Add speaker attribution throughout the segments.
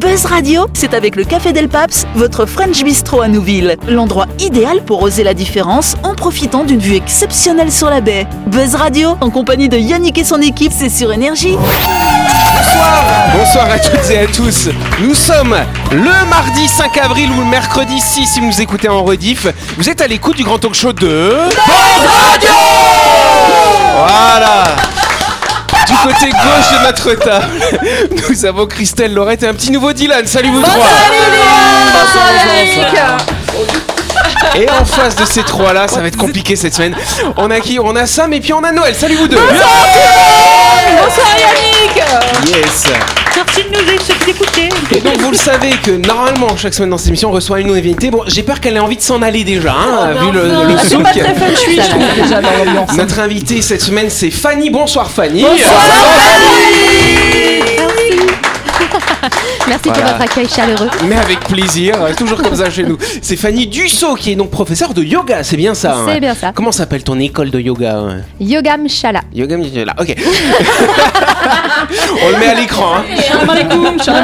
Speaker 1: Buzz Radio, c'est avec le Café Del Paps, votre French Bistro à Nouville. L'endroit idéal pour oser la différence en profitant d'une vue exceptionnelle sur la baie. Buzz Radio, en compagnie de Yannick et son équipe, c'est sur Énergie.
Speaker 2: Bonsoir à toutes et à tous. Nous sommes le mardi 5 avril ou le mercredi 6 si vous nous écoutez en rediff. Vous êtes à l'écoute du grand talk show de... Voilà Du côté gauche de notre table, nous avons Christelle Laurette et un petit nouveau Dylan. Salut vous trois Et en face de ces trois-là, ça va être compliqué cette semaine. On a qui On a Sam et puis on a Noël. Salut vous deux
Speaker 3: Bonsoir Yannick
Speaker 2: Yes
Speaker 3: Sortie de musique, je suis écouté.
Speaker 2: Et donc vous le savez que normalement chaque semaine dans cette émission on reçoit une invitée. Bon j'ai peur qu'elle ait envie de s'en aller déjà, hein, vu le, le
Speaker 3: Oh, C'est
Speaker 2: souk.
Speaker 3: pas très fun, je suis.
Speaker 2: Notre invitée cette semaine c'est Fanny. Bonsoir Fanny.
Speaker 4: Merci
Speaker 2: Voilà.
Speaker 4: pour votre accueil chaleureux.
Speaker 2: Mais avec plaisir, euh, toujours comme ça chez nous. C'est Fanny Dussault qui est donc professeure de yoga, c'est bien ça.
Speaker 4: C'est
Speaker 2: hein
Speaker 4: bien ça.
Speaker 2: Comment s'appelle ton école de yoga hein
Speaker 4: Yogam Shala.
Speaker 2: Yoga là, ok. On le met à l'écran. hein.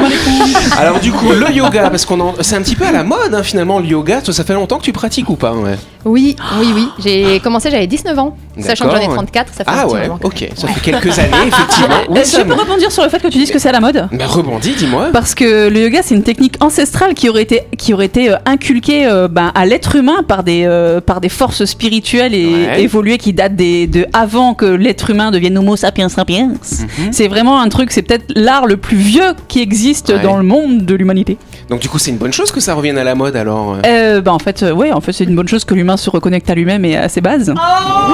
Speaker 2: Alors du coup, le yoga, parce qu'on en... c'est un petit peu à la mode hein, finalement le yoga. Toi, ça fait longtemps que tu pratiques ou pas ouais.
Speaker 4: Oui, oui, oui. J'ai commencé, j'avais 19 ans. Sachant que j'en ai
Speaker 2: D'accord.
Speaker 4: 34, ça fait un
Speaker 2: Ah
Speaker 4: petit
Speaker 2: ouais,
Speaker 4: moment.
Speaker 2: ok. Ça fait quelques années effectivement. Oui,
Speaker 3: Est-ce que
Speaker 2: ça
Speaker 3: Euh, je peux
Speaker 2: me-
Speaker 3: rebondir sur le fait que tu dises que c'est à la mode
Speaker 2: Mais rebondis, dis-moi.
Speaker 4: Bah
Speaker 3: parce que le yoga, c'est une technique ancestrale qui aurait été, qui aurait été euh, inculquée euh, ben, à l'être humain par des, euh, par des forces spirituelles et
Speaker 2: Ouais.
Speaker 3: évoluées qui datent des, de avant que l'être humain devienne Homo sapiens sapiens.
Speaker 2: Mhm.
Speaker 3: C'est vraiment un truc, c'est peut-être l'art le plus vieux qui existe
Speaker 2: Ouais.
Speaker 3: dans le monde de l'humanité.
Speaker 2: Donc du coup, c'est une bonne chose que ça revienne à la mode alors. euh.
Speaker 3: Euh, bah en fait, euh, ouais, en fait, c'est une bonne chose que l'humain se reconnecte à lui-même et à ses bases.
Speaker 2: Ah,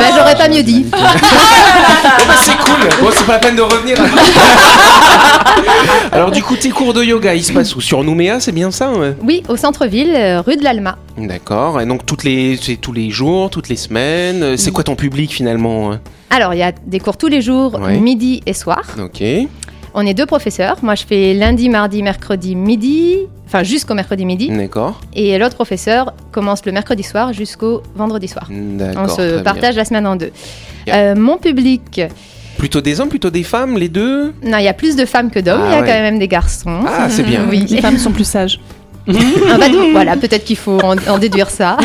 Speaker 4: Bah, j'aurais pas mieux dit.
Speaker 2: Bon, bah, c'est cool. Bon, c'est pas la peine de revenir. Alors du coup, tes cours de yoga, ils se passent où Sur Nouméa, c'est bien ça ouais
Speaker 4: Oui, au centre-ville, euh, rue de l'Alma.
Speaker 2: D'accord. Et donc toutes les, c'est tous les jours, toutes les semaines. Euh,
Speaker 4: Mm.
Speaker 2: C'est quoi ton public finalement hein
Speaker 4: Alors, il y a des cours tous les jours,
Speaker 2: Ouais.
Speaker 4: midi et soir.
Speaker 2: Ok.
Speaker 4: On est deux professeurs. Moi, je fais lundi, mardi, mercredi, midi. Enfin, jusqu'au mercredi midi.
Speaker 2: D'accord.
Speaker 4: Et l'autre professeur commence le mercredi soir jusqu'au vendredi soir.
Speaker 2: D'accord.
Speaker 4: On
Speaker 2: très
Speaker 4: se
Speaker 2: bien.
Speaker 4: partage la semaine en deux.
Speaker 2: Yeah.
Speaker 4: Euh, mon public,
Speaker 2: Plutôt des hommes, plutôt des femmes, les deux.
Speaker 4: non, il y a plus de femmes que d'hommes.
Speaker 2: Ah
Speaker 4: il y a
Speaker 2: ouais.
Speaker 4: quand même des garçons.
Speaker 2: Ah, c'est bien.
Speaker 4: Oui.
Speaker 3: Les femmes sont plus sages.
Speaker 4: Ah bah donc, voilà, peut-être qu'il faut en, en déduire ça. je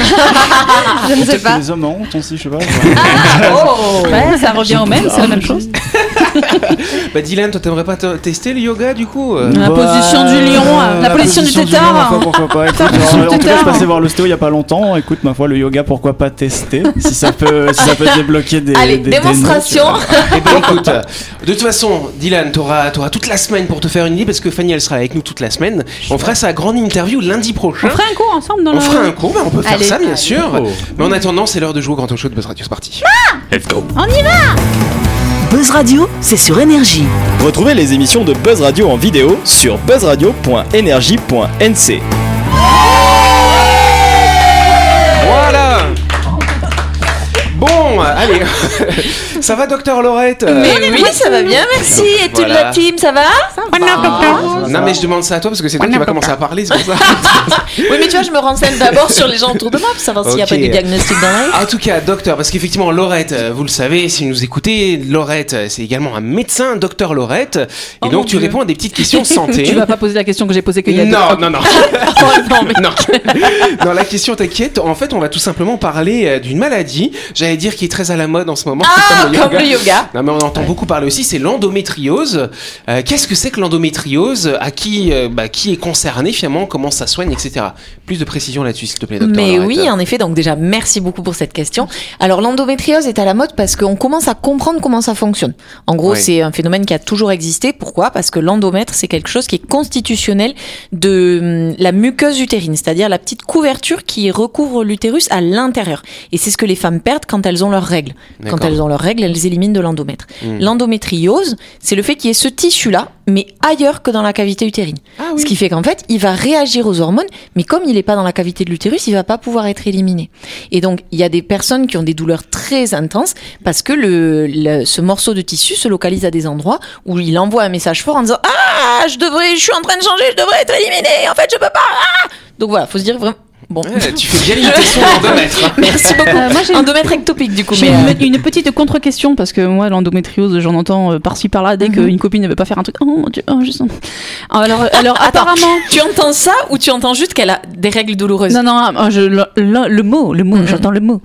Speaker 4: ne sais
Speaker 5: Peut-être que
Speaker 4: pas.
Speaker 5: les hommes ont honte aussi, je sais pas.
Speaker 3: Ouais, ça revient au même, c'est la même chose.
Speaker 2: Bah Dylan, toi t'aimerais pas te- tester le yoga du coup euh
Speaker 3: La position du lion, euh, la position du tétard.
Speaker 5: lion, ma foi, pourquoi pas. Écoute,
Speaker 3: position du
Speaker 5: alors, en tout cas,
Speaker 3: tétard.
Speaker 5: je passais voir l'ostéo il y a pas longtemps. Écoute, ma foi, le yoga, pourquoi pas tester Si ça peut, si ça peut débloquer des.
Speaker 6: Allez,
Speaker 5: des- des
Speaker 6: démonstration.
Speaker 5: notes, tu
Speaker 2: Eh ben, écoute, euh, de toute façon, Dylan, t'auras auras toute la semaine pour te faire une idée parce que Fanny elle sera avec nous toute la semaine. On fera sa grande interview lundi prochain.
Speaker 3: On ferait un cours ensemble dans
Speaker 2: Ah. On
Speaker 3: le.
Speaker 2: fera un cours, bah, on peut faire
Speaker 4: Allez.
Speaker 2: ça bien sûr.
Speaker 5: Oh.
Speaker 2: Mais en attendant, c'est l'heure de jouer au grand talk show de Buzz Radio. C'est parti.
Speaker 1: Buzz Radio, c'est sur Énergie.
Speaker 7: Retrouvez les émissions de Buzz Radio en vidéo sur buzzradio.energie.nc.
Speaker 2: Voilà. Bon, allez. ça va, docteur Laurette
Speaker 6: Mais oui, ça va bien, merci. Et toute
Speaker 2: Voilà.
Speaker 6: la team, ça va
Speaker 5: vois.
Speaker 2: Non, mais je demande ça à toi parce que c'est toi qui vas commencer à parler, c'est pour ça.
Speaker 6: Oui, mais tu vois, je me renseigne d'abord sur les gens autour de moi pour savoir s'il n'y a
Speaker 2: Ok.
Speaker 6: pas de diagnostic dans la
Speaker 2: En tout cas, docteur, parce qu'effectivement, Laurette, euh, vous le savez, si vous nous écoutez, Laurette, euh, c'est également un médecin, docteur Laurette. Et
Speaker 3: Oh mon
Speaker 2: donc, tu
Speaker 3: Dieu.
Speaker 2: réponds à des petites questions santé.
Speaker 3: Tu vas pas poser la question que j'ai posée qu'il y a deux-
Speaker 2: Non, non, non,
Speaker 6: Oh, Non, mais
Speaker 2: non. Non, la question t'inquiète. En fait, on va tout simplement parler euh, d'une maladie, j'allais dire qui est très à la mode en ce moment. c'est
Speaker 6: Ah,
Speaker 2: comme le
Speaker 6: comme
Speaker 2: yoga.
Speaker 6: le yoga.
Speaker 2: Non, mais on entend beaucoup parler aussi, c'est l'endométriose. Euh, Qu'est-ce que c'est que l'endométriose À qui, euh, bah, qui est concerné finalement Comment ça soigne, etc. Plus de précision là-dessus, s'il te plaît, docteur.
Speaker 6: Mais
Speaker 2: Laurette.
Speaker 6: oui, hein. en effet. Donc déjà, merci beaucoup pour cette question. Alors l'endométriose est à la mode parce qu'on commence à comprendre comment ça fonctionne. En gros,
Speaker 2: Oui.
Speaker 6: c'est un phénomène qui a toujours existé. Pourquoi Parce que l'endomètre, c'est quelque chose qui est constitutionnel de hum, la muqueuse utérine, c'est-à-dire la petite couverture qui recouvre l'utérus à l'intérieur. Et c'est ce que les femmes perdent quand elles ont leurs règles. Quand
Speaker 2: D'accord.
Speaker 6: elles ont leurs règles, elles éliminent de l'endomètre. L'endométriose, c'est le fait qu'il y ait ce tissu-là, mais ailleurs que dans la cavité utérine. Ce qui fait qu'en fait, il va réagir aux hormones, mais comme il n'est pas dans la cavité de l'utérus, il va pas pouvoir être éliminé. Et donc, il y a des personnes qui ont des douleurs très intenses parce que le, le- ce morceau de tissu se localise à des endroits où il envoie un message fort en disant Ah, je devrais, je suis en train de changer, je devrais être éliminé, en fait, je peux pas. ah Donc voilà, faut se dire vraiment. Bon.
Speaker 2: Ouais, tu fais bien l'imitation d'endomètre. hein.
Speaker 6: Merci beaucoup.
Speaker 4: Euh, moi, j'ai une-
Speaker 6: Endomètre ectopique, du coup.
Speaker 3: J'ai
Speaker 6: Mais, euh,
Speaker 3: une, une petite contre-question parce que moi, l'endométriose, j'en entends euh, par-ci par-là dès qu'une copine ne veut pas faire un truc. Oh mon dieu, oh, je sens. Alors, euh, alors
Speaker 6: Attends.
Speaker 3: apparemment.
Speaker 6: tu entends ça ou tu entends juste qu'elle a des règles douloureuses
Speaker 3: Non, non, ah, je- le, le- le mot, le mot,
Speaker 6: Mhm.
Speaker 3: j'entends le mot.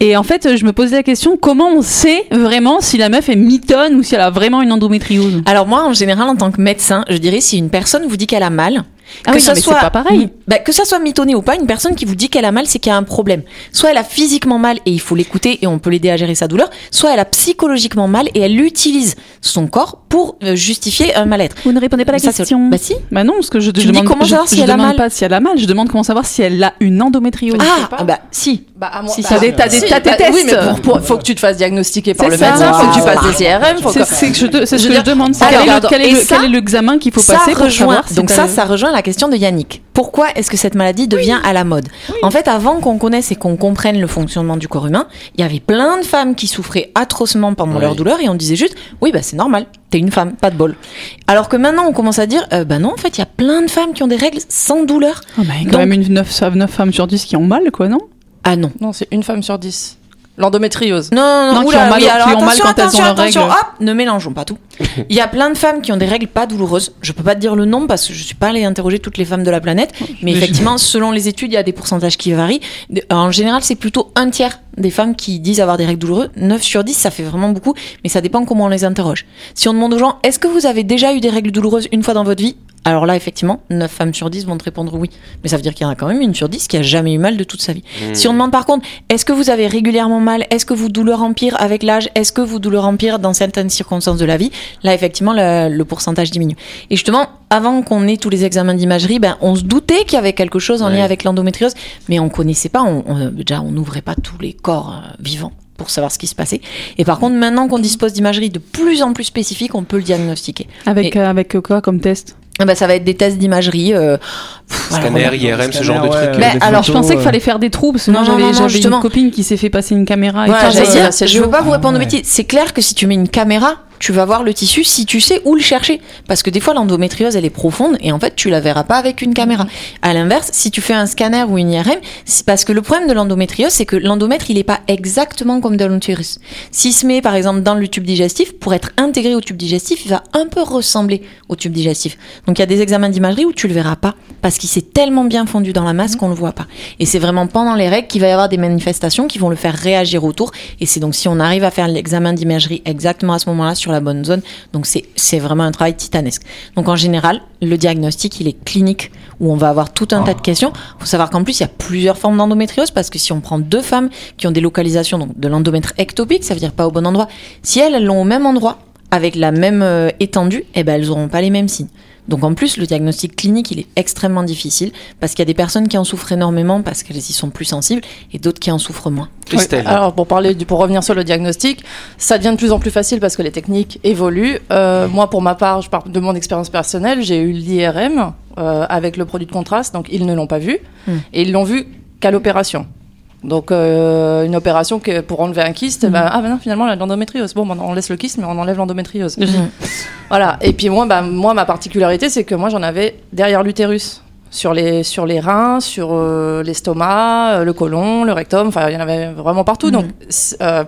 Speaker 3: Et en fait, je me posais la question comment on sait vraiment si la meuf est mitonne ou si elle a vraiment une endométriose
Speaker 6: Alors moi, en général, en tant que médecin, je dirais si une personne vous dit qu'elle a mal,
Speaker 3: Ah
Speaker 6: que
Speaker 3: oui, non,
Speaker 6: ça
Speaker 3: mais c'est
Speaker 6: soit
Speaker 3: pas pareil.
Speaker 6: bah, que ça soit mitonné ou pas, une personne qui vous dit qu'elle a mal, c'est qu'il y a un problème. Soit elle a physiquement mal et il faut l'écouter et on peut l'aider à gérer sa douleur, soit elle a psychologiquement mal et elle utilise son corps pour euh, justifier un mal-être.
Speaker 3: Vous ne répondez pas à la
Speaker 6: Ça, c'est-
Speaker 3: question.
Speaker 6: Bah si.
Speaker 3: Bah non, parce que je,
Speaker 6: Tu
Speaker 3: je
Speaker 6: me dis
Speaker 3: demande
Speaker 6: comment
Speaker 3: je-
Speaker 6: savoir si
Speaker 3: je
Speaker 6: elle a
Speaker 3: demande
Speaker 6: mal
Speaker 3: pas si elle a mal. Je demande comment savoir si elle a une endométriose.
Speaker 6: Ah, ah, bah si.
Speaker 8: Bah, à moi,
Speaker 6: Si,
Speaker 8: bah,
Speaker 3: t'as des- t'as des-
Speaker 8: si,
Speaker 3: t'as des
Speaker 8: bah,
Speaker 3: tests.
Speaker 8: Oui, mais pour, pour- faut que tu te fasses diagnostiquer par
Speaker 3: C'est
Speaker 8: le
Speaker 3: ça.
Speaker 8: médecin, faut que tu
Speaker 3: Wow.
Speaker 8: passes des CRM, faut
Speaker 3: C'est
Speaker 8: que...
Speaker 3: c'est Ah que je te- c'est ce
Speaker 8: Je
Speaker 3: que
Speaker 8: veux
Speaker 3: je
Speaker 8: dire-
Speaker 3: demande. c'est
Speaker 8: Alors,
Speaker 3: quel est le-
Speaker 8: pardon,
Speaker 3: quel est
Speaker 6: et
Speaker 3: le-
Speaker 6: ça-
Speaker 3: quel est l'examen qu'il faut
Speaker 6: ça
Speaker 3: passer pour
Speaker 6: rejoint.
Speaker 3: savoir si
Speaker 6: Donc
Speaker 3: t'as
Speaker 6: ça,
Speaker 3: le-
Speaker 6: ça rejoint la question de Yannick. Pourquoi est-ce que cette maladie devient à la mode En fait, avant qu'on connaisse et qu'on comprenne le fonctionnement du corps humain, il y avait plein de femmes qui souffraient atrocement pendant
Speaker 2: Oui.
Speaker 6: leur douleur et on disait juste, oui, bah c'est normal, t'es une femme, pas de bol. Alors que maintenant, on commence à dire, euh, bah non, en fait, il y a plein de femmes qui ont des règles sans douleur.
Speaker 3: Ah bah, il y a quand
Speaker 6: Donc-
Speaker 3: même une 9, 9 femmes sur 10 qui ont mal, quoi, non
Speaker 6: Ah non.
Speaker 8: Non, c'est une femme sur dix. L'endométriose.
Speaker 6: Non, non,
Speaker 3: Non,
Speaker 6: non,
Speaker 3: qui
Speaker 6: oula,
Speaker 3: ont mal-
Speaker 6: oui, alors
Speaker 3: qui ont mal
Speaker 6: attention,
Speaker 3: quand elles
Speaker 6: attention,
Speaker 3: ont leurs
Speaker 6: attention,
Speaker 3: règles.
Speaker 6: hop, ne mélangeons pas tout. Il y a plein de femmes qui ont des règles pas douloureuses. Je peux pas te dire le nombre parce que je suis pas allée interroger toutes les femmes de la planète, mais
Speaker 3: mais
Speaker 6: effectivement, selon les études, il y a des pourcentages qui varient. De- En général, c'est plutôt un tiers des femmes qui disent avoir des règles douloureuses. 9 sur 10, ça fait vraiment beaucoup, mais ça dépend comment on les interroge. Si on demande aux gens, est-ce que vous avez déjà eu des règles douloureuses une fois dans votre vie alors là, effectivement, 9 femmes sur 10 vont te répondre oui. Mais ça veut dire qu'il y en a quand même une sur 10 qui a jamais eu mal de toute sa vie. Si on demande par contre, est-ce que vous avez régulièrement mal Est-ce que vos douleurs empirent avec l'âge Est-ce que vos douleurs empirent dans certaines circonstances de la vie Là, effectivement, le, le pourcentage diminue. Et justement, avant qu'on ait tous les examens d'imagerie, ben, on se doutait qu'il y avait quelque chose en
Speaker 2: Ouais.
Speaker 6: lien avec l'endométriose, mais on connaissait pas. On, on- déjà, on n'ouvrait pas tous les corps euh, vivants pour savoir ce qui se passait. Et par contre, maintenant qu'on dispose d'imagerie de plus en plus spécifique, on peut le diagnostiquer.
Speaker 3: Avec, euh, avec euh, quoi comme test
Speaker 6: Ah ben, ça va être des tests d'imagerie. euh, pff, alors,
Speaker 2: Scanner, IRM, ce genre de
Speaker 5: Scanner,
Speaker 2: truc.
Speaker 5: ouais,
Speaker 6: Mais
Speaker 5: des
Speaker 6: alors,
Speaker 5: photos,
Speaker 3: Je pensais qu'il
Speaker 5: euh,
Speaker 3: fallait faire des trous parce que
Speaker 6: Non,
Speaker 3: moi
Speaker 6: non, non,
Speaker 3: j'avais-
Speaker 6: non,
Speaker 3: j'avais
Speaker 6: justement.
Speaker 3: une copine qui s'est fait passer une caméra et
Speaker 6: Voilà,
Speaker 3: tout.
Speaker 8: j'allais
Speaker 6: j'allais dire,
Speaker 8: dire,
Speaker 6: je veux pas vous
Speaker 5: Ah
Speaker 6: répondre
Speaker 5: ouais.
Speaker 6: aux bêtises. C'est clair que si tu mets une caméra, tu vas voir le tissu si tu sais où le chercher. Parce que des fois, l'endométriose, elle est profonde et en fait, tu la verras pas avec une caméra. À l'inverse, si tu fais un scanner ou une IRM, c'est parce que le problème de l'endométriose, c'est que l'endomètre, il est pas exactement comme dans l'utérus. S'il se met, par exemple, dans le tube digestif, pour être intégré au tube digestif, il va un peu ressembler au tube digestif. Donc, il y a des examens d'imagerie où tu le verras pas parce qu'il s'est tellement bien fondu dans la masse qu'on le voit pas. Et c'est vraiment pendant les règles qu'il va y avoir des manifestations qui vont le faire réagir autour. Et c'est donc si on arrive à faire l'examen d'imagerie exactement à ce moment-là sur la bonne zone, donc c'est c'est vraiment un travail titanesque. Donc en général, le diagnostic il est clinique où on va avoir tout un tas de questions. Faut savoir qu'en plus il y a plusieurs formes d'endométriose parce que si on prend deux femmes qui ont des localisations donc de l'endomètre ectopique, ça veut dire pas au bon endroit. Si elles elles l'ont au même endroit avec la même euh, étendue, eh ben elles n'auront pas les mêmes signes. Donc en plus, le diagnostic clinique, il est extrêmement difficile parce qu'il y a des personnes qui en souffrent énormément parce qu'elles y sont plus sensibles et d'autres qui en souffrent moins.
Speaker 2: Christelle.
Speaker 8: Oui, Alors pour parler du, pour revenir sur le diagnostic, ça devient de plus en plus facile parce que les techniques évoluent. Euh, Moi, pour ma part, je parle de mon expérience personnelle, j'ai eu l'IRM euh, avec le produit de contraste, donc ils ne l'ont pas vu
Speaker 6: Hmm.
Speaker 8: et ils l'ont vu qu'à l'opération. Donc euh, une opération que pour enlever un kyste, ben, ah ben non, finalement l'endométriose. Bon, ben, on laisse le kyste, mais on enlève l'endométriose. Voilà. Et puis moi, bah, moi, ma particularité, c'est que moi, j'en avais derrière l'utérus, sur les, sur les reins, sur euh, l'estomac, euh, le côlon, le rectum. Enfin, il y en avait vraiment partout. Donc, c'est, euh,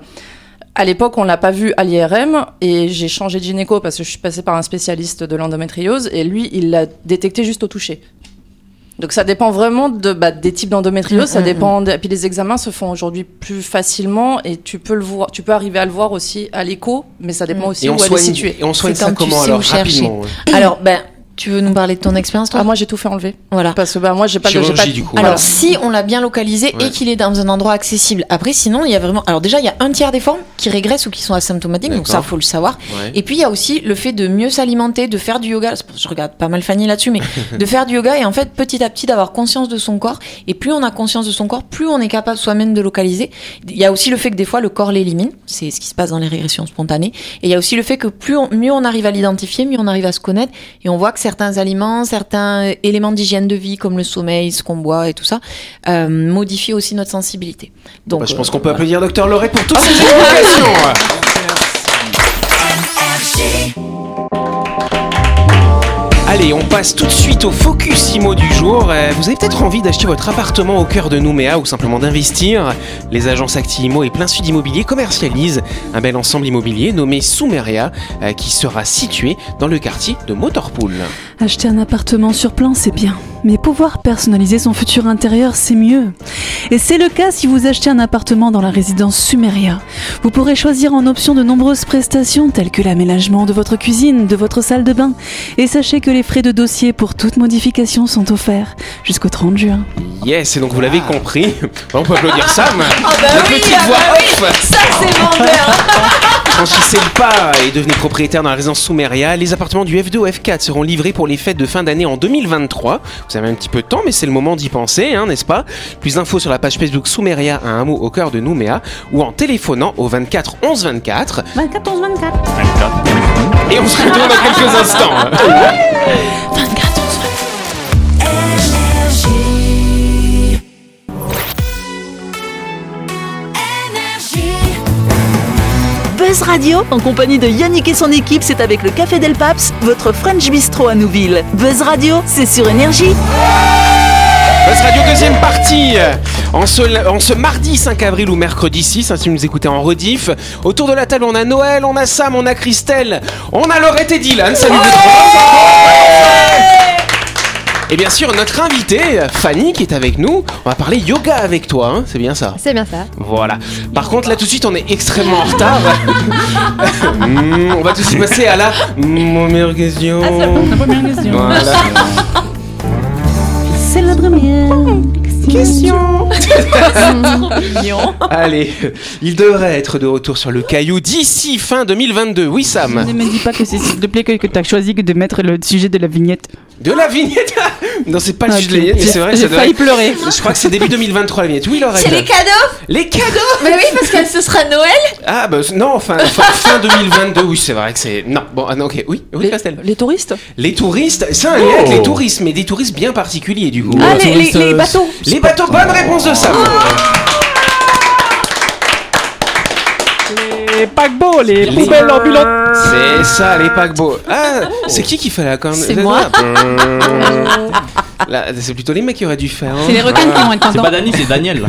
Speaker 8: à l'époque, on l'a pas vu à l'IRM et j'ai changé de gynéco parce que je suis passée par un spécialiste de l'endométriose et lui, il l'a détecté juste au toucher. Donc ça dépend vraiment de, bah, des types d'endométriose, ça
Speaker 6: Mhm.
Speaker 8: dépend. des- Puis les examens se font aujourd'hui plus facilement et tu peux le voir, tu peux arriver à le voir aussi à l'écho, mais ça dépend aussi
Speaker 2: Et
Speaker 8: où
Speaker 2: on
Speaker 8: elle est
Speaker 2: soigne,
Speaker 8: située.
Speaker 2: et on soigne
Speaker 6: C'est
Speaker 2: ça
Speaker 6: quand tu
Speaker 2: comment
Speaker 6: sais
Speaker 2: alors
Speaker 6: où chercher.
Speaker 2: rapidement ouais.
Speaker 6: Alors, ben, tu veux nous parler de ton expérience, toi
Speaker 8: Ah, moi, j'ai tout fait enlever.
Speaker 6: Voilà.
Speaker 8: Parce que bah, moi, j'ai pas de. j'ai pas
Speaker 2: Chirurgie
Speaker 8: de-
Speaker 2: du coup.
Speaker 8: Voilà.
Speaker 6: Alors, si on l'a bien localisé
Speaker 2: Ouais.
Speaker 6: et qu'il est dans un endroit accessible, après, sinon, il y a vraiment. Alors, déjà, il y a un tiers des formes qui régressent ou qui sont asymptomatiques, donc ça,
Speaker 2: D'accord.
Speaker 6: faut le savoir.
Speaker 2: Ouais.
Speaker 6: Et puis il y a aussi le fait de mieux s'alimenter, de faire du yoga. C'est pour ça que Je regarde pas mal Fanny là-dessus, mais de faire du yoga et en fait petit à petit d'avoir conscience de son corps. Et plus on a conscience de son corps, plus on est capable soi-même de localiser. Il y a aussi le fait que des fois le corps l'élimine. C'est ce qui se passe dans les régressions spontanées. Et il y a aussi le fait que plus on- mieux on arrive à l'identifier, mieux on arrive à se connaître. Et on voit que certains aliments, certains euh, éléments d'hygiène de vie comme le sommeil, ce qu'on boit et tout ça, euh, modifient aussi notre sensibilité. Donc
Speaker 2: Bah, je
Speaker 6: euh,
Speaker 2: pense qu'on peut applaudir Docteur Lorette pour toutes ces explications. Allez, Allez, on passe tout de suite au focus IMO du jour. Euh, Vous avez peut-être envie d'acheter votre appartement au cœur de Nouméa ou simplement d'investir. Les agences Acti IMO et Plein Sud Immobilier commercialisent un bel ensemble immobilier nommé Soumeria euh, qui sera situé dans le quartier de Motorpool.
Speaker 3: Acheter un appartement sur plan, c'est bien. Mais pouvoir personnaliser son futur intérieur, c'est mieux. Et c'est le cas si vous achetez un appartement dans la résidence Sumeria. Vous pourrez choisir en option de nombreuses prestations telles que l'aménagement de votre cuisine, de votre salle de bain. Et sachez que les frais de dossier pour toute modification sont offerts jusqu'au 30 juin.
Speaker 2: Yes, et donc vous l'avez compris. On peut applaudir Sam. Notre
Speaker 6: oui,
Speaker 2: petite
Speaker 6: ah
Speaker 2: voix
Speaker 6: bah
Speaker 2: off.
Speaker 6: Ça, c'est vendeur
Speaker 2: Franchissez le pas et devenez propriétaire dans la résidence Soumeria. Les appartements du F2 au F4 seront livrés pour les fêtes de fin d'année en 2023. Vous avez un petit peu de temps, mais c'est le moment d'y penser, hein, n'est-ce pas Plus d'infos sur la page Facebook Soumeria, un hameau au cœur de Nouméa, ou en téléphonant au 24 11 24.
Speaker 3: 24 11 24
Speaker 2: Et on se retrouve dans quelques instants.
Speaker 1: Buzz Radio, en compagnie de Yannick et son équipe, c'est avec le Café Del Paps, votre French Bistro à Nouville. Buzz Radio, c'est sur Énergie.
Speaker 2: Buzz Radio deuxième partie en ce, en ce mardi 5 avril ou mercredi 6 hein, si vous nous écoutez en rediff autour de la table on a Noël on a Sam on a Christelle on a Laurette et Dylan salut vous trois. et bien sûr notre invitée Fanny qui est avec nous on va parler yoga avec toi hein, c'est bien ça
Speaker 4: C'est bien ça.
Speaker 2: voilà par contre là tout de suite on est extrêmement en retard Hmm, on va tout de suite passer à la première question Voilà.
Speaker 3: C'est la première.
Speaker 2: Question Allez, il devrait être de retour sur le caillou d'ici fin 2022. Oui, Sam
Speaker 3: Ne me dis pas que c'est s'il te plaît que, tu as choisi que de mettre le sujet de la vignette.
Speaker 2: De la vignette Non, c'est pas le sujet de la
Speaker 3: Ok.
Speaker 2: vignette, mais Ah, c'est vrai, ça
Speaker 3: Ah, J'ai
Speaker 2: doit
Speaker 3: failli
Speaker 2: être-
Speaker 3: pleurer.
Speaker 2: Je crois que c'est début 2023 la vignette. Oui, Laurette
Speaker 6: C'est les cadeaux
Speaker 2: Les cadeaux
Speaker 6: Mais oui, parce que ce sera Noël
Speaker 2: Ah, bah non, fin, fin, fin 2022, oui, c'est vrai que c'est. Non, bon, ah, non, ok, oui, oui,
Speaker 8: Les,
Speaker 2: Christelle.
Speaker 8: les touristes
Speaker 2: Les touristes, c'est un lien avec les touristes, mais des touristes bien particuliers du coup.
Speaker 3: Ah, les,
Speaker 5: les- les- les
Speaker 3: bateaux
Speaker 5: bateaux.
Speaker 2: Les bateaux, bonne réponse de Sam
Speaker 6: Oh
Speaker 5: Les paquebots, les
Speaker 2: Les-
Speaker 5: poubelles ambulantes.
Speaker 2: C'est ça, les paquebots. Ah, c'est qui qui fait la corne
Speaker 6: C'est moi.
Speaker 2: Là, c'est plutôt les mecs qui auraient dû faire. hein.
Speaker 3: C'est les requins qui vont être
Speaker 9: C'est pas
Speaker 3: contents.
Speaker 9: Dany, c'est Daniel.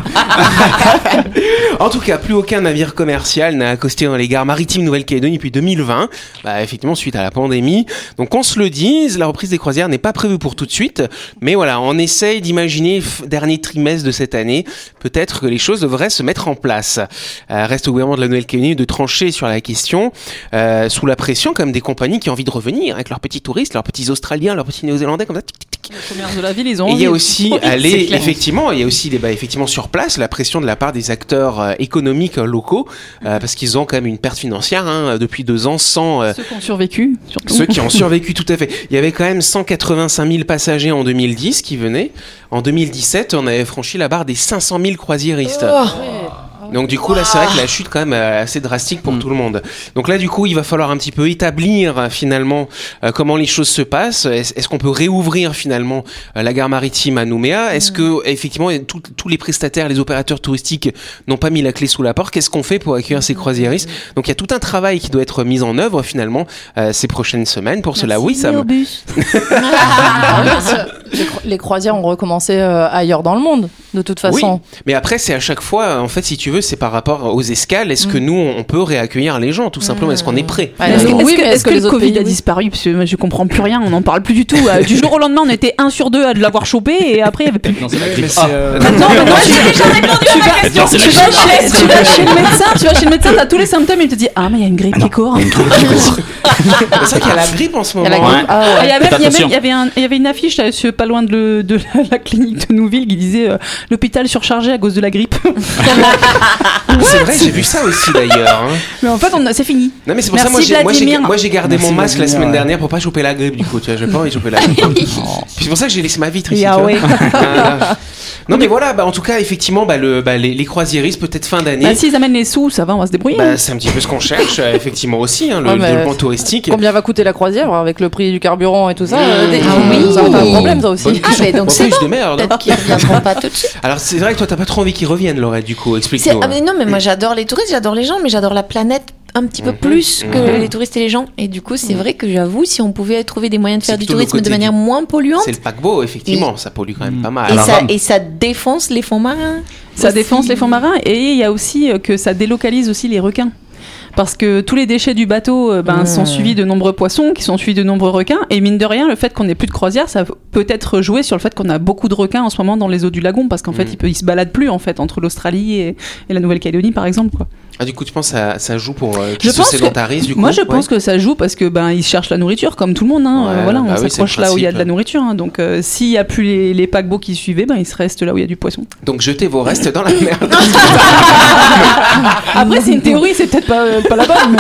Speaker 2: En tout cas, plus aucun navire commercial n'a accosté dans les gares maritimes Nouvelle-Calédonie depuis 2020. Bah, effectivement, suite à la pandémie. Donc, on se le dise, la reprise des croisières n'est pas prévue pour tout de suite. Mais voilà, on essaye d'imaginer f- dernier trimestre de cette année. Peut-être que les choses devraient se mettre en place. Euh, reste au gouvernement de la Nouvelle-Calédonie de trancher sur la question, euh, sous la pression quand même des compagnies qui ont envie de revenir avec leurs petits touristes, leurs petits Australiens, leurs petits Néo-Zélandais, comme ça. tic, tic, tic.
Speaker 3: commerces de la ville, ils ont
Speaker 2: Et il y a
Speaker 3: envie.
Speaker 2: aussi,
Speaker 3: Oui, c'est
Speaker 2: aller,
Speaker 3: clair.
Speaker 2: effectivement, il y a aussi des, bah, effectivement sur place la pression de la part des acteurs euh, économiques euh, locaux,
Speaker 3: Mm.
Speaker 2: euh, parce qu'ils ont quand même une perte financière hein, depuis deux ans sans euh,
Speaker 3: Ceux qui ont survécu, surtout.
Speaker 2: ceux qui ont survécu tout à fait. Il y avait quand même 185 000 passagers en 2010 qui venaient. En 2017, on avait franchi la barre des 500 000 croisiéristes.
Speaker 3: Oh
Speaker 2: Donc du coup là c'est vrai que la chute quand même euh, assez drastique
Speaker 8: Mm.
Speaker 2: pour tout le monde. Donc là du coup il va falloir un petit peu établir euh, finalement euh, comment les choses se passent. Est-ce est-ce qu'on peut réouvrir finalement euh, la gare maritime à Nouméa
Speaker 8: Mm.
Speaker 2: Est-ce que effectivement tout- tous les prestataires, les opérateurs touristiques n'ont pas mis la clé sous la porte Qu'est-ce qu'on fait pour accueillir
Speaker 8: Mm.
Speaker 2: ces croisiéristes Donc il y a tout un travail qui doit être mis en œuvre finalement euh, ces prochaines semaines. Pour cela oui ça. me-
Speaker 8: les, cro- les croisières ont recommencé euh, ailleurs dans le monde, de toute façon.
Speaker 2: Mais après, c'est à chaque fois, en fait, si tu veux, c'est par rapport aux escales. Est-ce que nous, on peut réaccueillir les gens, tout simplement Est-ce qu'on est prêt
Speaker 8: Mm. Ouais,
Speaker 3: Ah, Est-ce que,
Speaker 8: Oui,
Speaker 3: est-ce que-
Speaker 8: mais
Speaker 3: est-ce
Speaker 8: est-ce
Speaker 3: que
Speaker 8: que les
Speaker 3: le
Speaker 8: autres
Speaker 3: Covid
Speaker 8: pays,
Speaker 3: a
Speaker 8: oui.
Speaker 3: disparu Parce que moi, je comprends plus rien, on n'en parle plus du tout. Euh, Du jour au lendemain, on était 1 sur 2 à de l'avoir chopé et après, il y avait plus.
Speaker 9: Non, c'est la
Speaker 5: Mais
Speaker 9: grippe.
Speaker 5: c'est,
Speaker 9: Ah.
Speaker 5: euh,
Speaker 3: Non, mais non, j'ai déjà répondu à ma question.
Speaker 9: c'est la
Speaker 3: Tu vas chez tu vas chez le médecin, tu vas chez le médecin, t'as tous les symptômes, il te dit Ah, mais il y a une grippe qui court.
Speaker 2: C'est vrai qu'il y a la grippe en ce moment.
Speaker 8: Il y a la
Speaker 2: hein.
Speaker 8: grippe. Ah ouais.
Speaker 3: Ah, Il y, avait,
Speaker 9: Faites
Speaker 3: il y avait-
Speaker 9: attention.
Speaker 3: il y avait un- il y avait une affiche là, sur- pas loin de, le- de la, la clinique de Nouville qui disait euh, l'hôpital surchargé à cause de la grippe.
Speaker 2: C'est vrai, j'ai vu ça aussi d'ailleurs. hein.
Speaker 3: mais en fait, on a- c'est fini.
Speaker 2: Non mais c'est pour ça
Speaker 3: Merci,
Speaker 2: moi j'ai- moi j'ai
Speaker 3: Vladimir.
Speaker 2: moi j'ai gardé
Speaker 5: Merci,
Speaker 2: mon masque la
Speaker 5: Vladimir,
Speaker 2: semaine
Speaker 5: ouais.
Speaker 2: dernière pour pas choper la grippe du coup, tu vois, j'ai pas envie de choper la grippe. Puis c'est pour ça que j'ai laissé ma vitre ici.
Speaker 3: Yeah,
Speaker 2: tu vois.
Speaker 3: ouais.
Speaker 2: Ah. non mais voilà, bah, en tout cas effectivement bah, le, bah, les, les croisiéristes peut-être fin
Speaker 3: Bah,
Speaker 2: d'année.
Speaker 3: S'ils amènent les sous, ça va, on va se débrouiller.
Speaker 2: bah, c'est un petit peu ce qu'on cherche euh, effectivement aussi hein, le
Speaker 8: Ouais, mais-
Speaker 2: développement touristique.
Speaker 8: Combien va coûter la croisière avec le prix du carburant et tout ça euh, des-
Speaker 6: Ah oui.
Speaker 8: Ça va pas un problème, ça
Speaker 2: Bonne
Speaker 8: aussi.
Speaker 6: Ah, mais donc
Speaker 2: Bon,
Speaker 6: c'est
Speaker 2: plus
Speaker 6: bon.
Speaker 2: de merde. hein.
Speaker 6: Peut-être qu'ils reviendront pas tout de suite.
Speaker 2: Alors c'est vrai que toi t'as pas trop envie qu'ils reviennent Laurette du coup,
Speaker 6: C'est-
Speaker 2: explique-nous.
Speaker 6: ah,
Speaker 2: hein.
Speaker 6: mais non, mais moi j'adore les touristes, j'adore les gens, mais j'adore la planète un petit peu
Speaker 2: Mhm.
Speaker 6: plus que
Speaker 2: Mhm.
Speaker 6: les touristes et les gens. Et du coup, c'est vrai que j'avoue, si on pouvait trouver des moyens de
Speaker 2: C'est
Speaker 6: faire du
Speaker 2: plutôt le
Speaker 6: tourisme de
Speaker 2: côté
Speaker 6: manière
Speaker 2: du-
Speaker 6: moins polluante,
Speaker 2: C'est le paquebot, effectivement, ça pollue quand
Speaker 5: Mm.
Speaker 2: même pas mal.
Speaker 6: et
Speaker 2: Alors,
Speaker 6: ça, et ça défonce les fonds marins.
Speaker 3: Ça
Speaker 6: Aussi.
Speaker 3: défonce les fonds marins et il y a aussi euh, que ça délocalise aussi les requins. Parce que tous les déchets du bateau euh, ben,
Speaker 6: Mmh.
Speaker 3: sont suivis de nombreux poissons, qui sont suivis de nombreux requins. Et mine de rien, le fait qu'on n'ait plus de croisière, ça peut être joué sur le fait qu'on a beaucoup de requins en ce moment dans les eaux du lagon, parce qu'en fait,
Speaker 2: Mmh.
Speaker 3: ils, peut- ils se baladent plus en fait entre l'Australie et, et la Nouvelle-Calédonie, par exemple. Quoi.
Speaker 2: Ah, du coup, tu penses que ça, ça joue pour euh,
Speaker 3: Je
Speaker 2: qui se
Speaker 3: pense que-
Speaker 2: sédentarise, du coup
Speaker 3: Moi, je pense que ça joue parce que ben ils cherchent la nourriture comme tout le monde. Hein.
Speaker 2: Ouais,
Speaker 3: Euh, voilà,
Speaker 2: bah
Speaker 3: on
Speaker 2: oui, c'est le
Speaker 3: s'accroche là où il y a de la
Speaker 2: principe.
Speaker 3: nourriture. hein. Donc, euh, s'il n'y a plus les, les paquebots qui suivaient, ben ils se restent là où il y a du poisson.
Speaker 2: Donc, jetez vos restes dans la mer.
Speaker 3: Après, c'est une théorie, c'est peut-être pas, pas la bonne. Mais,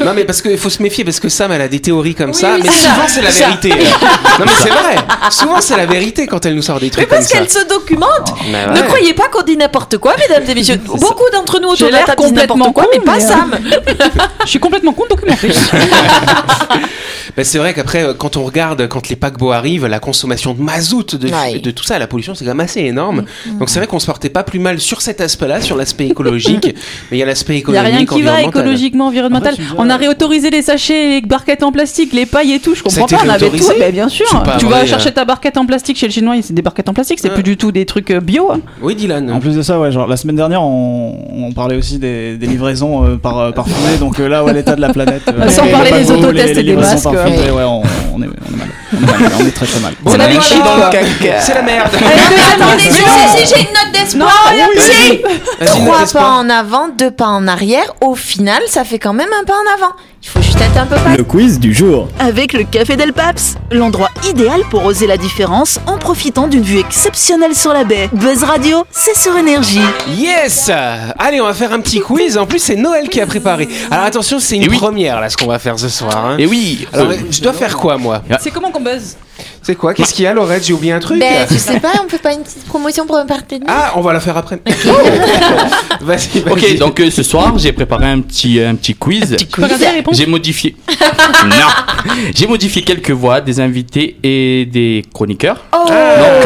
Speaker 3: euh,
Speaker 2: non, mais parce qu'il faut se méfier, parce que Sam, elle a des théories comme ça,
Speaker 6: oui,
Speaker 2: mais
Speaker 6: c'est
Speaker 2: souvent,
Speaker 6: ça.
Speaker 2: c'est la vérité. non, mais c'est vrai. Souvent, c'est la vérité quand elle nous sort des trucs
Speaker 6: Parce
Speaker 2: comme ça.
Speaker 6: qu'elle se documente.
Speaker 2: Mais
Speaker 6: Ne
Speaker 2: ouais.
Speaker 6: croyez pas qu'on dit n'importe quoi, mesdames et messieurs. Beaucoup d'entre nous autour
Speaker 3: J'ai
Speaker 6: de la
Speaker 3: l'air
Speaker 6: table disent n'importe
Speaker 3: complètement
Speaker 6: quoi, mais
Speaker 3: con,
Speaker 6: pas
Speaker 3: mais, euh,
Speaker 6: Sam.
Speaker 3: je suis complètement contre documentée.
Speaker 2: Bah, c'est vrai qu'après, euh, quand on regarde, quand les paquebots arrivent, la consommation de mazout, de,
Speaker 6: Ouais.
Speaker 2: de tout ça, la pollution, c'est quand même assez énorme. Donc c'est vrai qu'on se portait pas plus mal sur cet aspect-là, sur l'aspect écologique, mais il y a l'aspect
Speaker 3: Il n'y a
Speaker 2: économique,
Speaker 3: rien qui va
Speaker 2: environnemental.
Speaker 3: écologiquement, environnemental.
Speaker 5: Ah bah, tu vois,
Speaker 3: on a réautorisé les sachets, les barquettes en plastique, les pailles et tout. Je comprends
Speaker 2: C'était
Speaker 3: pas, on avait tout.
Speaker 2: réautorisé
Speaker 3: Mais bien sûr.
Speaker 2: C'est pas
Speaker 3: Tu
Speaker 2: vrai,
Speaker 3: vas
Speaker 2: euh.
Speaker 3: chercher ta barquette en plastique chez le chinois, c'est des barquettes en plastique, c'est
Speaker 2: Ouais.
Speaker 3: plus du tout des trucs euh, bio. hein.
Speaker 2: Oui, Dylan.
Speaker 5: En plus de ça, ouais, genre la semaine dernière, on, on parlait aussi des, des livraisons euh, par, euh, par fumée, donc euh, là, ouais, l'état de la planète. euh,
Speaker 3: Sans
Speaker 5: les
Speaker 3: parler des
Speaker 5: paquebots,
Speaker 3: autotests
Speaker 5: les-
Speaker 3: et
Speaker 5: les
Speaker 3: des
Speaker 5: livraisons
Speaker 3: masques,
Speaker 5: par fumée,
Speaker 3: ouais.
Speaker 5: ouais, on, on est, on est mal. On est mal, on est très très mal.
Speaker 2: Bon,
Speaker 5: Bon,
Speaker 2: bah,
Speaker 5: bah,
Speaker 2: chie dans le caca. c'est la merde.
Speaker 6: Attendez, je sais si j'ai une note d'espoir. J'ai
Speaker 2: Vas-y,
Speaker 6: trois
Speaker 2: n'atteste
Speaker 6: pas en avant, deux pas en arrière. Au final, ça fait quand même un pas en avant. Il faut juste être un peu pas.
Speaker 7: Le quiz du jour.
Speaker 1: Avec le Café Del Paps, l'endroit idéal pour oser la différence en profitant d'une vue exceptionnelle sur la baie. Buzz Radio, c'est sur énergie.
Speaker 2: Yes Allez, on va faire un petit quiz. En plus, c'est Noël qui a préparé. Alors attention, c'est une
Speaker 9: Et oui.
Speaker 2: première, là, ce qu'on va faire ce soir. hein.
Speaker 9: Et Eh oui Euh,
Speaker 2: Alors, je dois faire quoi, moi
Speaker 3: C'est comment qu'on buzz
Speaker 2: C'est quoi Qu'est-ce qu'il y a, Laurette J'ai oublié un truc
Speaker 6: Ben, je sais pas, on fait pas une petite promotion pour un partenaire
Speaker 2: Ah, on va la faire après. vas-y, vas-y.
Speaker 9: Ok, donc euh, ce soir, j'ai préparé un petit, euh, un petit quiz.
Speaker 3: Tu peux regarder les réponses
Speaker 9: J'ai modifié. non J'ai modifié quelques voix des invités et des chroniqueurs.
Speaker 6: Oh
Speaker 9: Donc,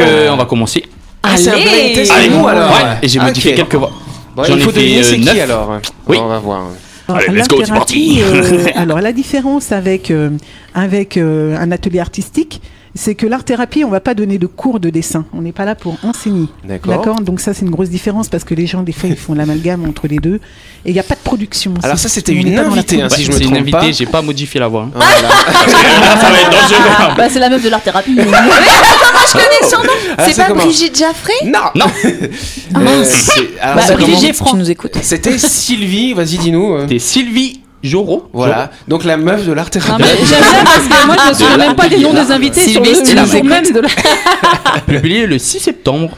Speaker 9: euh, on va commencer.
Speaker 2: Ah, c'est un blind test
Speaker 9: Allez.
Speaker 2: nous, alors.
Speaker 9: Ouais, et j'ai modifié
Speaker 2: Ok.
Speaker 9: quelques voix.
Speaker 2: Bon,
Speaker 9: J'en
Speaker 2: il
Speaker 9: ai
Speaker 2: faut
Speaker 9: fait,
Speaker 2: deviner
Speaker 9: euh,
Speaker 2: c'est qui
Speaker 9: neuf.
Speaker 2: alors.
Speaker 9: Oui.
Speaker 2: On va voir.
Speaker 9: Allez, let's go, c'est parti.
Speaker 10: L'art-thérapie, euh, alors la différence avec euh, avec euh, un atelier artistique, c'est que l'art thérapie, on va pas donner de cours de dessin. On n'est pas là pour enseigner.
Speaker 2: D'accord.
Speaker 10: D'accord. Donc ça c'est une grosse différence parce que les gens des fois ils font l'amalgame entre les deux et il n'y a pas de production.
Speaker 2: Alors
Speaker 10: C'est-
Speaker 2: ça, c'était
Speaker 10: on
Speaker 2: une
Speaker 10: n'est pas dans la
Speaker 2: invitée, hein,
Speaker 10: production.
Speaker 2: si je me
Speaker 9: c'est une
Speaker 2: trompe pas.
Speaker 9: invitée, j'ai pas modifié la voix. hein.
Speaker 2: Voilà.
Speaker 9: ça va être dangereux.
Speaker 3: Bah, c'est la meuf de l'art thérapie.
Speaker 6: je connais son nom.
Speaker 2: Alors,
Speaker 6: C'est
Speaker 2: oh.
Speaker 6: pas
Speaker 2: Ah, comment
Speaker 6: Brigitte Jaffré
Speaker 2: Non,
Speaker 9: Non.
Speaker 2: Euh, c'est- alors,
Speaker 6: Bah,
Speaker 2: c'est comment-
Speaker 6: Brigitte Jaffré, tu nous écoutes.
Speaker 2: C'était Sylvie, vas-y, dis-nous. euh.
Speaker 9: C'était Sylvie Joro.
Speaker 2: Voilà, donc la meuf de l'art
Speaker 3: Non,
Speaker 2: thérapie.
Speaker 3: mais j'aime bien parce que moi, je me souviens
Speaker 9: De
Speaker 3: même pas des noms
Speaker 9: l'art.
Speaker 3: des invités sur
Speaker 6: Sylvie,
Speaker 3: le,
Speaker 6: si tu
Speaker 3: le
Speaker 6: nous
Speaker 3: jour
Speaker 6: écoutes.
Speaker 3: même de la.
Speaker 9: Publié le 6 septembre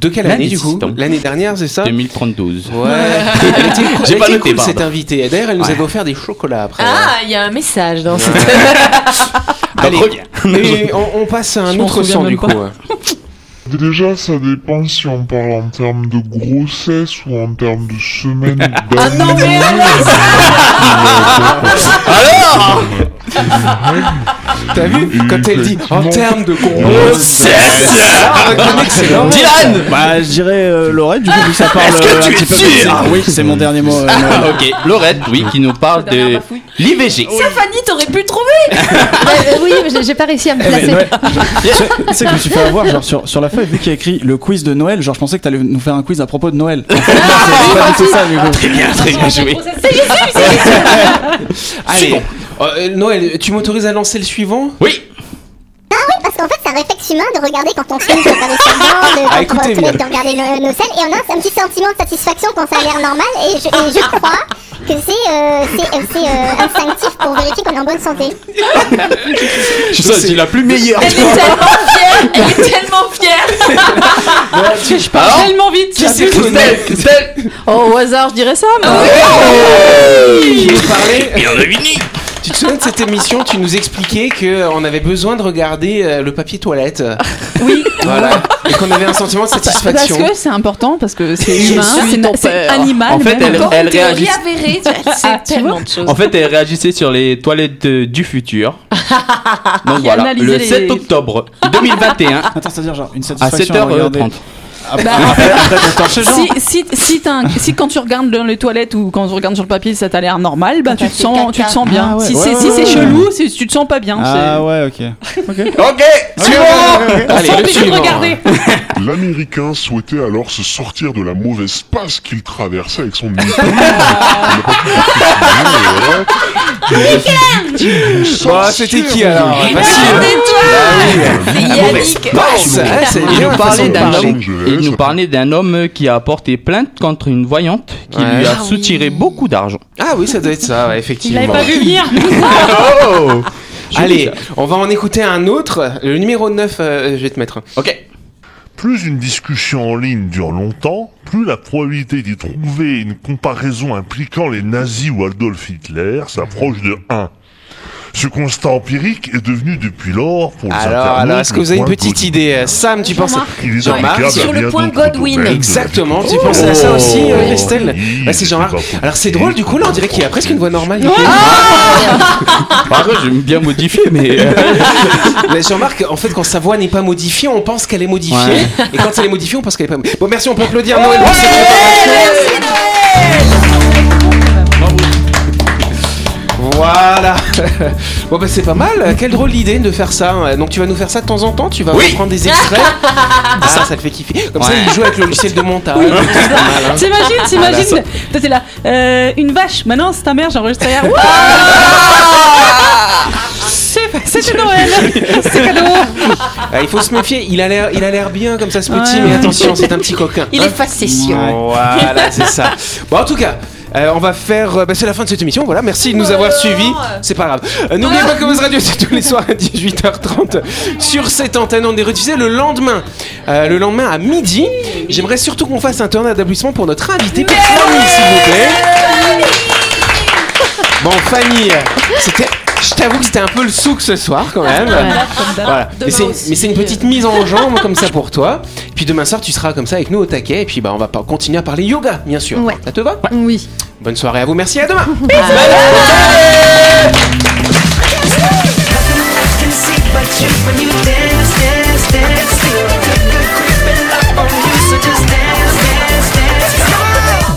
Speaker 2: De quelle année
Speaker 9: L'année
Speaker 2: du coup
Speaker 9: du système.
Speaker 2: L'année dernière, c'est ça
Speaker 9: 2032.
Speaker 2: Ouais. elle était cool,
Speaker 9: J'ai
Speaker 2: elle
Speaker 9: pas
Speaker 2: était
Speaker 9: noté,
Speaker 2: cool, cette
Speaker 9: pardon.
Speaker 2: invitée. Et D'ailleurs, elle nous
Speaker 9: Ouais.
Speaker 2: avait offert des chocolats après.
Speaker 6: Ah, il y a un message dans cette.
Speaker 2: Allez,
Speaker 9: Donc, reviens.
Speaker 2: et on, on passe à un
Speaker 3: Je m'en
Speaker 2: autre
Speaker 3: souviens
Speaker 2: son
Speaker 3: même
Speaker 2: du
Speaker 3: pas.
Speaker 2: coup. ouais.
Speaker 11: Déjà, ça dépend si on parle en termes de grossesse ou en termes de semaine ou d'années.
Speaker 9: Ah, Alors
Speaker 2: T'as vu Quand elle dit en
Speaker 11: Effectivement.
Speaker 2: termes de
Speaker 9: Grossesse
Speaker 2: Ah, reconnaît que c'est normal.
Speaker 9: Oh, Dylan
Speaker 5: bah, je dirais euh, Laurette, du coup, vu que ça parle
Speaker 9: Ah, Est-ce que
Speaker 5: euh,
Speaker 9: tu
Speaker 5: un
Speaker 9: es
Speaker 5: petit peu
Speaker 9: sûr
Speaker 5: comme ça. Oui, c'est mon dernier mot. euh, Noël.
Speaker 9: Ah, ok, Laurette, oui, qui nous parle de l'IVG.
Speaker 6: Ça, Fanny, t'aurais pu le trouver.
Speaker 4: Euh, oui, j'ai- j'ai pas réussi à me
Speaker 5: Mais
Speaker 4: placer.
Speaker 5: Noël, tu sais que je me suis fait avoir genre sur, sur la feuille vu qu'il y a écrit le quiz de Noël, genre je pensais que t'allais nous faire un quiz à propos de Noël. En fait, non, c'est pas du tout ça du coup.
Speaker 9: Très bien, très bien joué.
Speaker 2: Allez, euh, Noël, tu m'autorises à lancer le suivant
Speaker 9: Oui,
Speaker 11: Parce qu'en fait, c'est un réflexe humain de regarder quand on filme, de regarder sa viande, de, quand
Speaker 2: Ah, écoutez,
Speaker 11: on va aux toilettes,
Speaker 2: bien.
Speaker 11: de regarder nos, nos selles, et on a un petit sentiment de satisfaction quand ça a l'air normal, et je, et je crois que c'est euh, c'est- euh, c'est, euh, instinctif pour vérifier qu'on est en bonne santé.
Speaker 9: je suis c'est la plus meilleure.
Speaker 6: Elle est tellement fière. Elle est tellement fière.
Speaker 3: Je parle
Speaker 9: Alors
Speaker 3: tellement vite.
Speaker 2: Qui c'est
Speaker 9: Christelle, Christelle
Speaker 8: Oh, au hasard, je dirais ça. mais-
Speaker 2: qui est parlé
Speaker 9: Et on a fini
Speaker 2: Tu te souviens de cette émission Tu nous expliquais qu'on avait besoin de regarder euh, le papier toilette. Oui. Voilà. Et qu'on avait un sentiment de
Speaker 3: Parce
Speaker 2: satisfaction.
Speaker 3: que c'est important, parce que c'est
Speaker 8: Je
Speaker 3: humain,
Speaker 8: suis
Speaker 3: c'est
Speaker 8: ton
Speaker 3: na- c'est
Speaker 8: père.
Speaker 3: animal.
Speaker 9: En fait,
Speaker 3: même.
Speaker 9: elle- elle réagit.
Speaker 6: avérée. C'est Ah, tellement de choses.
Speaker 9: En fait, elle réagissait sur les toilettes euh, du futur. Donc voilà,
Speaker 3: analysait
Speaker 9: le
Speaker 3: les-
Speaker 9: 7 octobre 2021
Speaker 5: Attends, c'est-à-dire genre une
Speaker 9: à euh,
Speaker 5: satisfaction à regarder.
Speaker 9: 7h30.
Speaker 3: Bah,
Speaker 5: après, après, on torche les gens.
Speaker 3: Si, si, si, t'as un- si quand tu regardes dans les toilettes ou quand tu regardes sur le papier, ça t'a l'air normal, bah tu te sens, tu te sens bien.
Speaker 5: Ah ouais.
Speaker 3: Si
Speaker 5: Ouais,
Speaker 3: c'est
Speaker 5: ouais,
Speaker 3: si c'est
Speaker 5: ouais.
Speaker 3: chelou, si tu te sens pas bien.
Speaker 5: Ah ouais, ok.
Speaker 2: Ok,
Speaker 5: suivant
Speaker 3: On s'en fiche de regarder.
Speaker 12: L'Américain souhaitait alors se sortir de la mauvaise passe qu'il traversait avec son épouse. On n'a pas pu euh, préciser, mais voilà.
Speaker 2: Oh, c'était qui, alors
Speaker 8: Ah,
Speaker 2: hein. Facile.
Speaker 12: Bah oui.
Speaker 9: Yannick.
Speaker 12: Bah,
Speaker 9: Bon,
Speaker 12: c'est
Speaker 2: Ah,
Speaker 12: vrai, c'est
Speaker 9: Il
Speaker 12: bien
Speaker 9: nous
Speaker 12: la
Speaker 9: parlait
Speaker 12: façon de
Speaker 9: d'un
Speaker 12: parler.
Speaker 9: homme- il nous parlait d'un homme qui a porté plainte contre une voyante qui
Speaker 2: Ouais.
Speaker 9: lui a
Speaker 2: Ah oui.
Speaker 9: soutiré beaucoup d'argent.
Speaker 2: Ah oui, ça doit être ça, ouais, effectivement.
Speaker 3: venir.
Speaker 2: Oh
Speaker 9: Joli,
Speaker 2: Allez,
Speaker 9: ça.
Speaker 2: on va en écouter un autre. Le numéro 9, euh, je vais te mettre. Ok.
Speaker 12: Plus une discussion en ligne dure longtemps, plus la probabilité d'y trouver une comparaison impliquant les nazis ou Adolf Hitler s'approche de 1. Ce constat empirique est devenu depuis lors pour les
Speaker 2: Alors,
Speaker 12: internautes
Speaker 2: alors est-ce que
Speaker 12: le
Speaker 2: vous avez une
Speaker 12: point
Speaker 2: petite
Speaker 12: Godwin.
Speaker 2: idée euh, Sam, tu penses
Speaker 12: Jean-Marc. Il est applicable à Sur le bien point d'autres Godwin. domaines de la
Speaker 2: Exactement, tu
Speaker 12: vie.
Speaker 2: penses à ça
Speaker 12: Oh,
Speaker 2: aussi, euh,
Speaker 12: oui,
Speaker 2: Christelle Bah, c'est Jean-Marc. Alors, c'est drôle, du coup, là, on dirait qu'il a presque une voix normale.
Speaker 9: Par contre, j'aime bien modifier, mais. euh,
Speaker 2: Mais Jean-Marc, en fait, quand sa voix n'est pas modifiée, on pense qu'elle est modifiée.
Speaker 9: Ouais.
Speaker 2: Et quand elle est modifiée, on pense qu'elle est pas modifiée. Bon, merci, on peut applaudir Noël pour cette intervention. Voilà. bon, bah, c'est pas mal. Quelle drôle d'idée de faire ça. hein. Donc, tu vas nous faire ça de temps en temps. Tu vas prendre des extraits. Ah, ça, ça te fait kiffer. Comme ça,
Speaker 9: Ouais.
Speaker 2: il joue avec le logiciel de montage. C'est pas mal, hein.
Speaker 3: T'imagines,
Speaker 2: Ah, là, ça-
Speaker 3: t'imagines. Toi t'es là, euh, une vache. Maintenant c'est ta mère, j'ai enregistré hier. Wouah C'est- C'était Noël. C'est cadeau.
Speaker 2: Ah, il faut se méfier. Il a l'air, il a l'air bien comme ça, ce petit.
Speaker 3: Ouais.
Speaker 2: Mais attention, c'est un petit coquin.
Speaker 6: Il est
Speaker 2: hein.
Speaker 6: facétieux.
Speaker 2: Voilà, c'est ça. Bon, en tout cas. euh, on va faire. euh, bah, c'est la fin de cette émission, voilà. Merci de nous avoir suivis. C'est pas grave. Euh, N'oubliez pas que Buzz Radio, c'est tous les soirs à 18h30 sur cette antenne. On est rediffusé le lendemain. Euh, le lendemain à midi. J'aimerais surtout qu'on fasse un tournoi d'applaudissements pour notre invité, Pierre Fanny, s'il vous plaît. Bon, Fanny, c'était. Je t'avoue que c'était un peu le souk ce soir quand même.
Speaker 3: Ouais, comme d'hab.
Speaker 2: Voilà.
Speaker 3: Demain
Speaker 2: Mais c'est-
Speaker 3: aussi.
Speaker 2: mais c'est une petite mise en jambe comme ça pour toi. Puis demain soir, tu seras comme ça avec nous au taquet. Et puis bah, on va pas- continuer à parler yoga, bien sûr.
Speaker 4: Ouais.
Speaker 2: Ça te va
Speaker 4: Oui.
Speaker 2: Bonne soirée à vous, merci, à demain